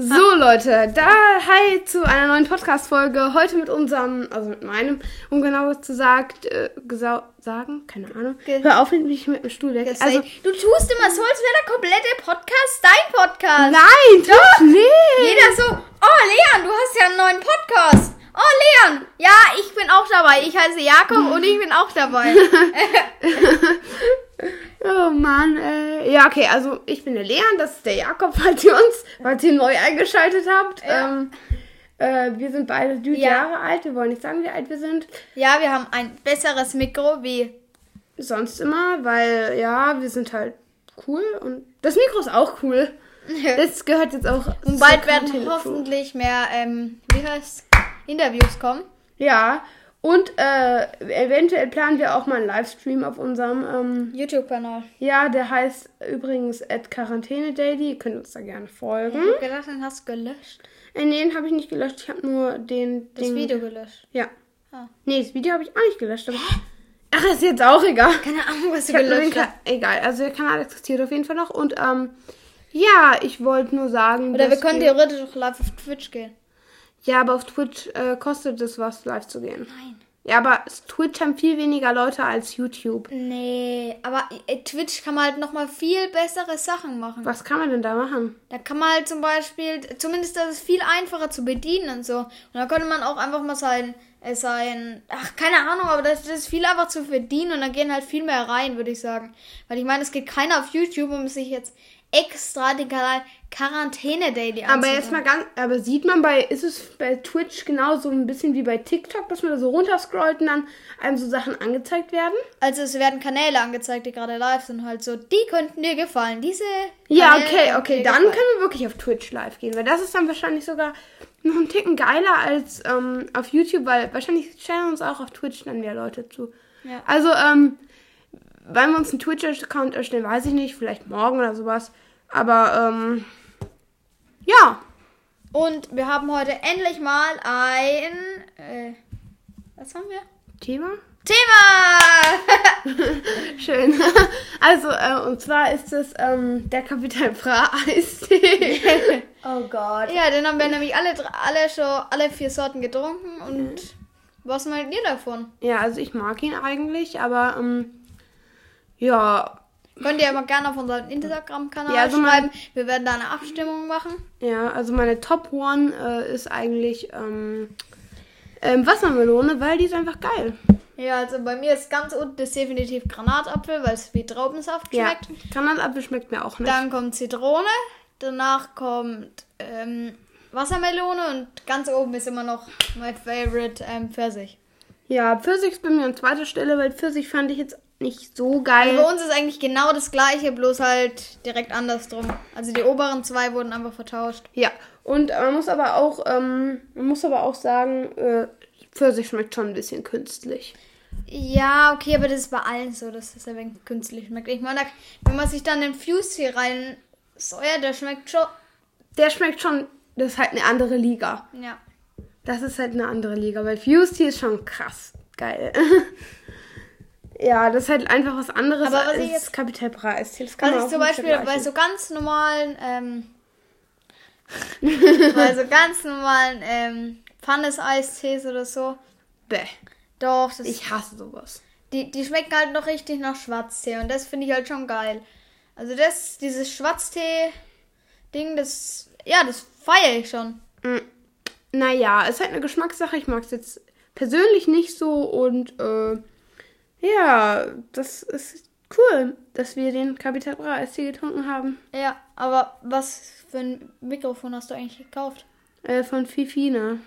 So, Leute, da hi zu einer neuen Podcast-Folge. Heute mit unserem, also mit meinem, um genauer zu sagt, äh, gesau sagen, keine Ahnung. Ge- Hör auf, nimm mich mit dem Stuhl weg. Also, Also, du tust immer so, als wäre der komplette Podcast dein Podcast. nein, doch nicht. Jeder so, oh Leon, du hast ja einen neuen Podcast. Oh Leon, ja, ich bin auch dabei. Ich heiße Jakob und ich bin auch dabei. Oh Mann, äh, ja, okay, also ich bin der Leon, das ist der Jakob, falls ihr uns, falls ihr neu eingeschaltet habt. Ja. Ähm, äh, wir sind beide dü- Ja. Jahre alt, wir wollen nicht sagen, wie alt wir sind. Ja, wir haben ein besseres Mikro wie. Sonst immer, weil, ja, wir sind halt cool und das Mikro ist auch cool. Das gehört jetzt auch. Und bald werden hoffentlich mehr, ähm, wie heißt Interviews kommen. Ja, und äh, eventuell planen wir auch mal einen Livestream auf unserem, ähm, YouTube-Kanal. ja, der heißt übrigens at Quarantäne Daily. Ihr könnt uns da gerne folgen. Ich hab gedacht, dann hast du gelöscht. Äh, nee, den habe ich nicht gelöscht, ich habe nur den. Das den Video gelöscht. Ja. Ah. Nee, das Video habe ich auch nicht gelöscht. Aber Ach, ist jetzt auch egal. Keine Ahnung, was du Ich hab nur den gelöscht Ka hast. egal, also der Kanal existiert auf jeden Fall noch. Und ähm, ja, ich wollte nur sagen. Oder wir dass können theoretisch auch live auf Twitch gehen. Ja, aber auf Twitch äh, kostet es was, live zu gehen. Nein. Ja, aber s- Twitch haben viel weniger Leute als YouTube. Nee, aber äh, Twitch kann man halt nochmal viel bessere Sachen machen. Was kann man denn da machen? Da kann man halt zum Beispiel, zumindest das ist viel einfacher zu bedienen und so. Und da könnte man auch einfach mal sein, äh, sein, ach, keine Ahnung, aber das, das ist viel einfach zu verdienen und da gehen halt viel mehr rein, würde ich sagen. Weil ich meine, es geht keiner auf YouTube, um sich jetzt extra den Kanal Quarantäne Daily Aber jetzt mal ganz, aber sieht man bei, ist es bei Twitch genauso ein bisschen wie bei TikTok, dass man da so runterscrollt und dann einem so Sachen angezeigt werden? Also es werden Kanäle angezeigt, die gerade live sind, halt so, die könnten dir gefallen, diese. Ja, Kanäle okay, könnten okay, dir dann können gefallen. wir wirklich auf Twitch live gehen, weil das ist dann wahrscheinlich sogar noch ein Ticken geiler als ähm, auf YouTube, weil wahrscheinlich stellen uns auch auf Twitch dann mehr Leute zu. Ja. Also, ähm, wenn wir uns einen Twitch-Account erstellen, weiß ich nicht, vielleicht morgen oder sowas, aber, ähm, ja, Und wir haben heute endlich mal ein. Äh, was haben wir? Thema? Thema! Schön. Also, äh, und zwar ist es ähm, der Kapital Bra Eistee. Oh Gott. Ja, den haben wir nämlich alle, dr- alle schon, alle vier Sorten getrunken. Und was meint ihr davon? ja, also ich mag ihn eigentlich, aber, ähm, ja, Könnt ihr mal gerne auf unseren Instagram-Kanal Ja, also man- schreiben. Wir werden da eine Abstimmung machen. Ja, also meine Top One äh, ist eigentlich ähm, ähm, Wassermelone, weil die ist einfach geil. Ja, also bei mir ist ganz unten ist definitiv Granatapfel, weil es wie Traubensaft schmeckt. Ja, Granatapfel schmeckt mir auch nicht. Dann kommt Zitrone, danach kommt ähm, Wassermelone und ganz oben ist immer noch mein Favorite ähm, Pfirsich. ja, Pfirsich ist bei mir an zweiter Stelle, weil Pfirsich fand ich jetzt nicht so geil. Also Bei uns ist eigentlich genau das gleiche, bloß halt direkt andersrum. Also die oberen zwei wurden einfach vertauscht. ja, und äh, man muss aber auch, ähm, man muss aber auch sagen, äh, Pfirsich schmeckt schon ein bisschen künstlich. Ja, okay, aber das ist bei allen so, dass das ein wenig künstlich schmeckt. Ich meine, da- wenn man sich dann den Fuse hier rein säuert, der schmeckt schon. Der schmeckt schon, das ist halt eine andere Liga. Ja. Das ist halt eine andere Liga, weil Fused hier ist schon krass geil. ja, das ist halt einfach was anderes Aber was als ich jetzt- Capital Bra Eistee. Das kann Was man ich auch zum nicht Beispiel bei vergleichen. so ganz normalen, ähm, bei so ganz normalen, ähm, Pfannes-Eistees oder so. Bäh, Doch, das, ich hasse sowas. die, die schmecken halt noch richtig nach Schwarztee und das finde ich halt schon geil. Also das, dieses Schwarztee-Ding, das, ja, das feiere ich schon. Naja, ist halt eine Geschmackssache. Ich mag es jetzt persönlich nicht so und äh, ja, das ist cool, dass wir den Capital Bra Eistee getrunken haben. Ja, aber was für ein Mikrofon hast du eigentlich gekauft? Äh, von Fifine.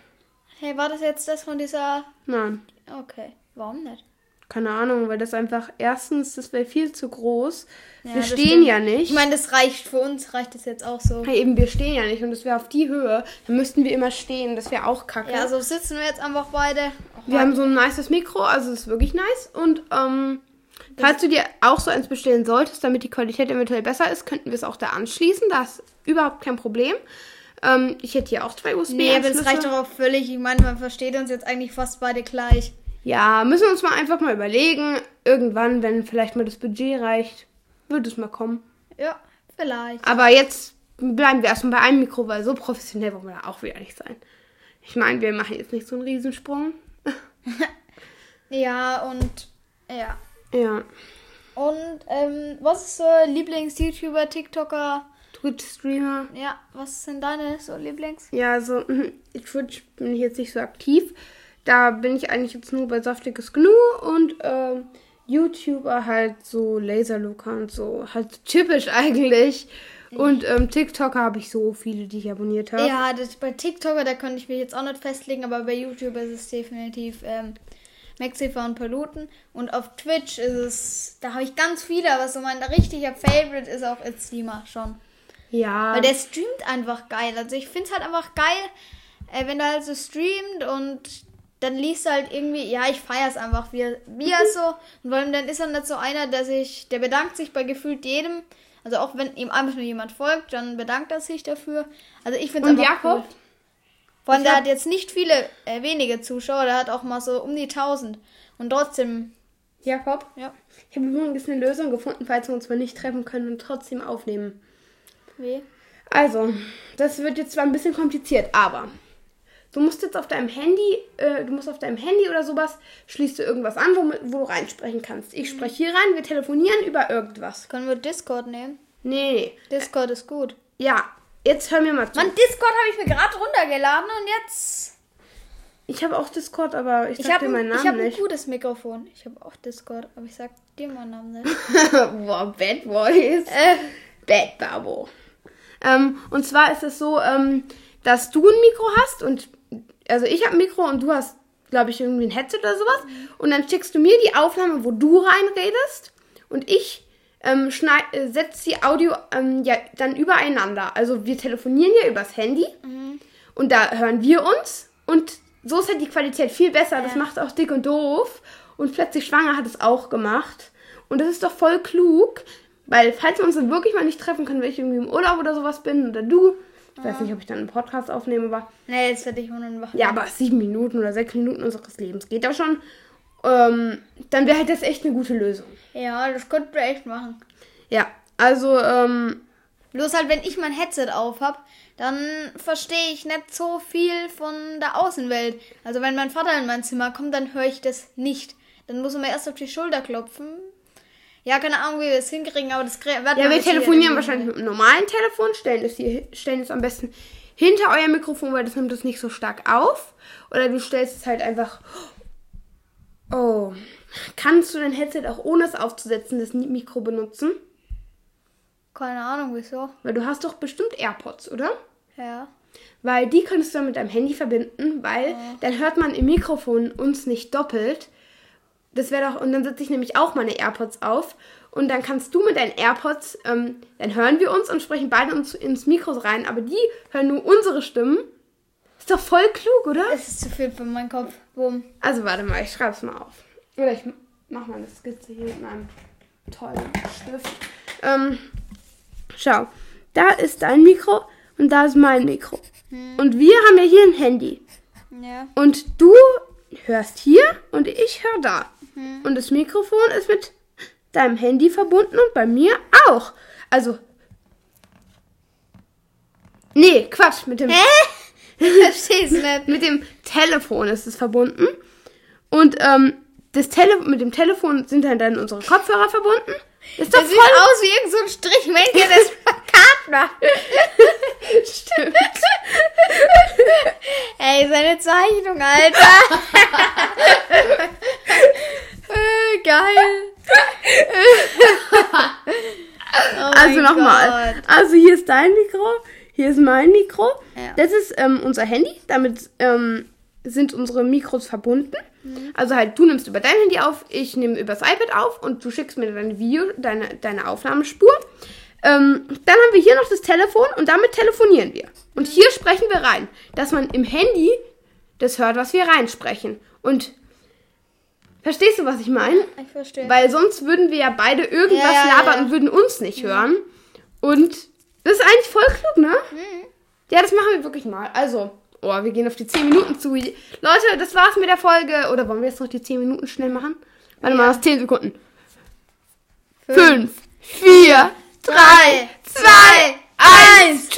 Hey, war das jetzt das von dieser... Nein. Okay, warum nicht? Keine Ahnung, weil das einfach, erstens, das wäre viel zu groß. wir das stehen stimmt. ja nicht. Ich meine, das reicht, für uns reicht das jetzt auch so. Ja, eben, wir stehen ja nicht und das wäre auf die Höhe. Dann müssten wir immer stehen, das wäre auch kacke. Ja, also so sitzen wir jetzt einfach beide. Oh wir haben so ein nices Mikro, also es ist wirklich nice. Und ähm, falls du dir auch so eins bestellen solltest, damit die Qualität eventuell besser ist, könnten wir es auch da anschließen. Das ist überhaupt kein Problem. Ähm, ich hätte hier auch zwei USB. Nee, aber das reicht doch auch völlig. Ich meine, man versteht uns jetzt eigentlich fast beide gleich. Ja, müssen wir uns mal einfach mal überlegen. Irgendwann, wenn vielleicht mal das Budget reicht, wird es mal kommen. Ja, vielleicht. Aber jetzt bleiben wir erstmal bei einem Mikro, weil so professionell wollen wir da auch wieder nicht sein. Ich meine, wir machen jetzt nicht so einen Riesensprung. Ja, und ja. Ja. Und ähm, was ist so Lieblings-YouTuber, TikToker? Twitch-Streamer. Ja, was sind deine so Lieblings? Ja, also mhm, Twitch bin ich jetzt nicht so aktiv. Da bin ich eigentlich jetzt nur bei saftiges Gnu und ähm, YouTuber halt so Laserluca und so. Halt typisch eigentlich. Und ähm, TikToker habe ich so viele, die ich abonniert habe. Ja, das, bei TikToker, da könnte ich mich jetzt auch nicht festlegen, aber bei YouTube ist es definitiv ähm, Maxifa und Paluten. Und auf Twitch ist es, da habe ich ganz viele, aber so mein richtiger Favorite ist auch Itzlima schon. Ja. Weil der streamt einfach geil. Also ich finde es halt einfach geil, äh, wenn er halt so streamt und dann liest er halt irgendwie, ja, ich feiere es einfach, wie, er- wie er so. Und vor allem dann ist er nicht so einer, der sich, der bedankt sich bei gefühlt jedem. Also auch wenn ihm einfach nur jemand folgt, dann bedankt er sich dafür. Also ich finde es Und einfach Jakob? cool. Vor allem, Ich der hab- hat jetzt nicht viele, äh, wenige Zuschauer, der hat auch mal so um die 1000. Und trotzdem, Jakob, ja. ich habe übrigens eine Lösung gefunden, falls wir uns mal nicht treffen können und trotzdem aufnehmen. Weh. Also, das wird jetzt zwar ein bisschen kompliziert, aber du musst jetzt auf deinem Handy, äh, du musst auf deinem Handy oder sowas, schließt du irgendwas an, wo, wo du reinsprechen kannst. Ich spreche hier rein, wir telefonieren über irgendwas. Können wir Discord nehmen? Nee, nee. Discord ist gut. Ja, jetzt hör mir mal zu. Mann, Discord habe ich mir gerade runtergeladen und jetzt Ich habe auch Discord, aber ich Ich sag habe dir meinen ich Namen hab ein nicht. gutes Mikrofon. Ich habe auch Discord, aber ich sag dir meinen Namen nicht. Boah, Bad Boys. äh, Bad Babo. Ähm, und zwar ist es so, ähm, dass du ein Mikro hast und also ich habe ein Mikro und du hast, glaube ich, irgendwie ein Headset oder sowas. Und dann schickst du mir die Aufnahme, wo du reinredest und ich ähm, schneid, äh, setz die Audio ähm, ja, dann übereinander. Also wir telefonieren ja übers Handy und da hören wir uns und so ist halt die Qualität viel besser. Das Ja. macht auch dick und doof. Und plötzlich schwanger hat es auch gemacht. Und das ist doch voll klug, weil falls wir uns dann wirklich mal nicht treffen können, wenn ich irgendwie im Urlaub oder sowas bin oder du, ich weiß nicht, ob ich dann einen Podcast aufnehme, aber nee, jetzt werde ich unwach. ja, aber sieben Minuten oder sechs Minuten unseres Lebens geht da schon. Ähm, dann wäre halt das echt eine gute Lösung. Ja, das könnten wir echt machen. Ja, also ähm, Bloß halt, wenn ich mein Headset auf hab, dann verstehe ich nicht so viel von der Außenwelt. Also wenn mein Vater in mein Zimmer kommt, dann höre ich das nicht. Dann muss er mir erst auf die Schulter klopfen. Ja, keine Ahnung, wie wir es hinkriegen, aber das kriegen ja, wir telefonieren wahrscheinlich mit einem normalen Telefon, stellen es, hier, stellen es am besten hinter euer Mikrofon, weil das nimmt es nicht so stark auf. Oder du stellst es halt einfach. Oh. Kannst du dein Headset auch ohne es aufzusetzen, das Mikro benutzen? Keine Ahnung, wieso. Weil du hast doch bestimmt AirPods, oder? Ja. Weil die könntest du dann mit deinem Handy verbinden, weil dann hört man im Mikrofon uns nicht doppelt. Das wäre doch, und dann setze ich nämlich auch meine AirPods auf. Und dann kannst du mit deinen AirPods, ähm, dann hören wir uns und sprechen beide uns ins Mikro rein, aber die hören nur unsere Stimmen. Ist doch voll klug, oder? Es ist zu viel für meinen Kopf. Boom. Also warte mal, ich schreib's mal auf. Oder ich mach mal eine Skizze hier mit meinem tollen Stift. Ähm, schau, da ist dein Mikro und da ist mein Mikro. Und wir haben ja hier ein Handy. Ja. Und du hörst hier und ich höre da. Und das Mikrofon ist mit deinem Handy verbunden und bei mir auch. Also. Nee, Quatsch, mit dem Hä? Ich versteh's nicht. mit dem Telefon ist es verbunden. Und ähm, das Tele mit dem Telefon sind dann, dann unsere Kopfhörer verbunden. Ist doch Das sieht voll aus wie irgend so ein Strichmännchen, der das Plakat macht. stimmt. Ey, seine Zeichnung, Alter. äh, geil. oh Also mein nochmal. Gott. Also hier ist dein Mikro, hier ist mein Mikro. Ja. Das ist ähm, unser Handy. Damit ähm, sind unsere Mikros verbunden. Mhm. Also halt, du nimmst über dein Handy auf, ich nehme übers iPad auf und du schickst mir dein Video, deine, deine Aufnahmespur. Ähm, dann haben wir hier noch das Telefon und damit telefonieren wir. Und Mhm. hier sprechen wir rein, dass man im Handy das hört, was wir reinsprechen. Und verstehst du, was ich meine? Ich verstehe. Weil sonst würden wir ja beide irgendwas Ja, ja, labern ja. Mhm. und würden uns nicht hören. Und das ist eigentlich voll klug, ne? Ja, das machen wir wirklich mal. Also, oh, wir gehen auf die 10 Minuten zu. Leute, das war's mit der Folge. Oder wollen wir jetzt noch die 10 Minuten schnell machen? Warte mal, Ja. das ist 10 Sekunden. Fünf, 5, 4, 3, drei, 2, zwei, 1. Tschüss.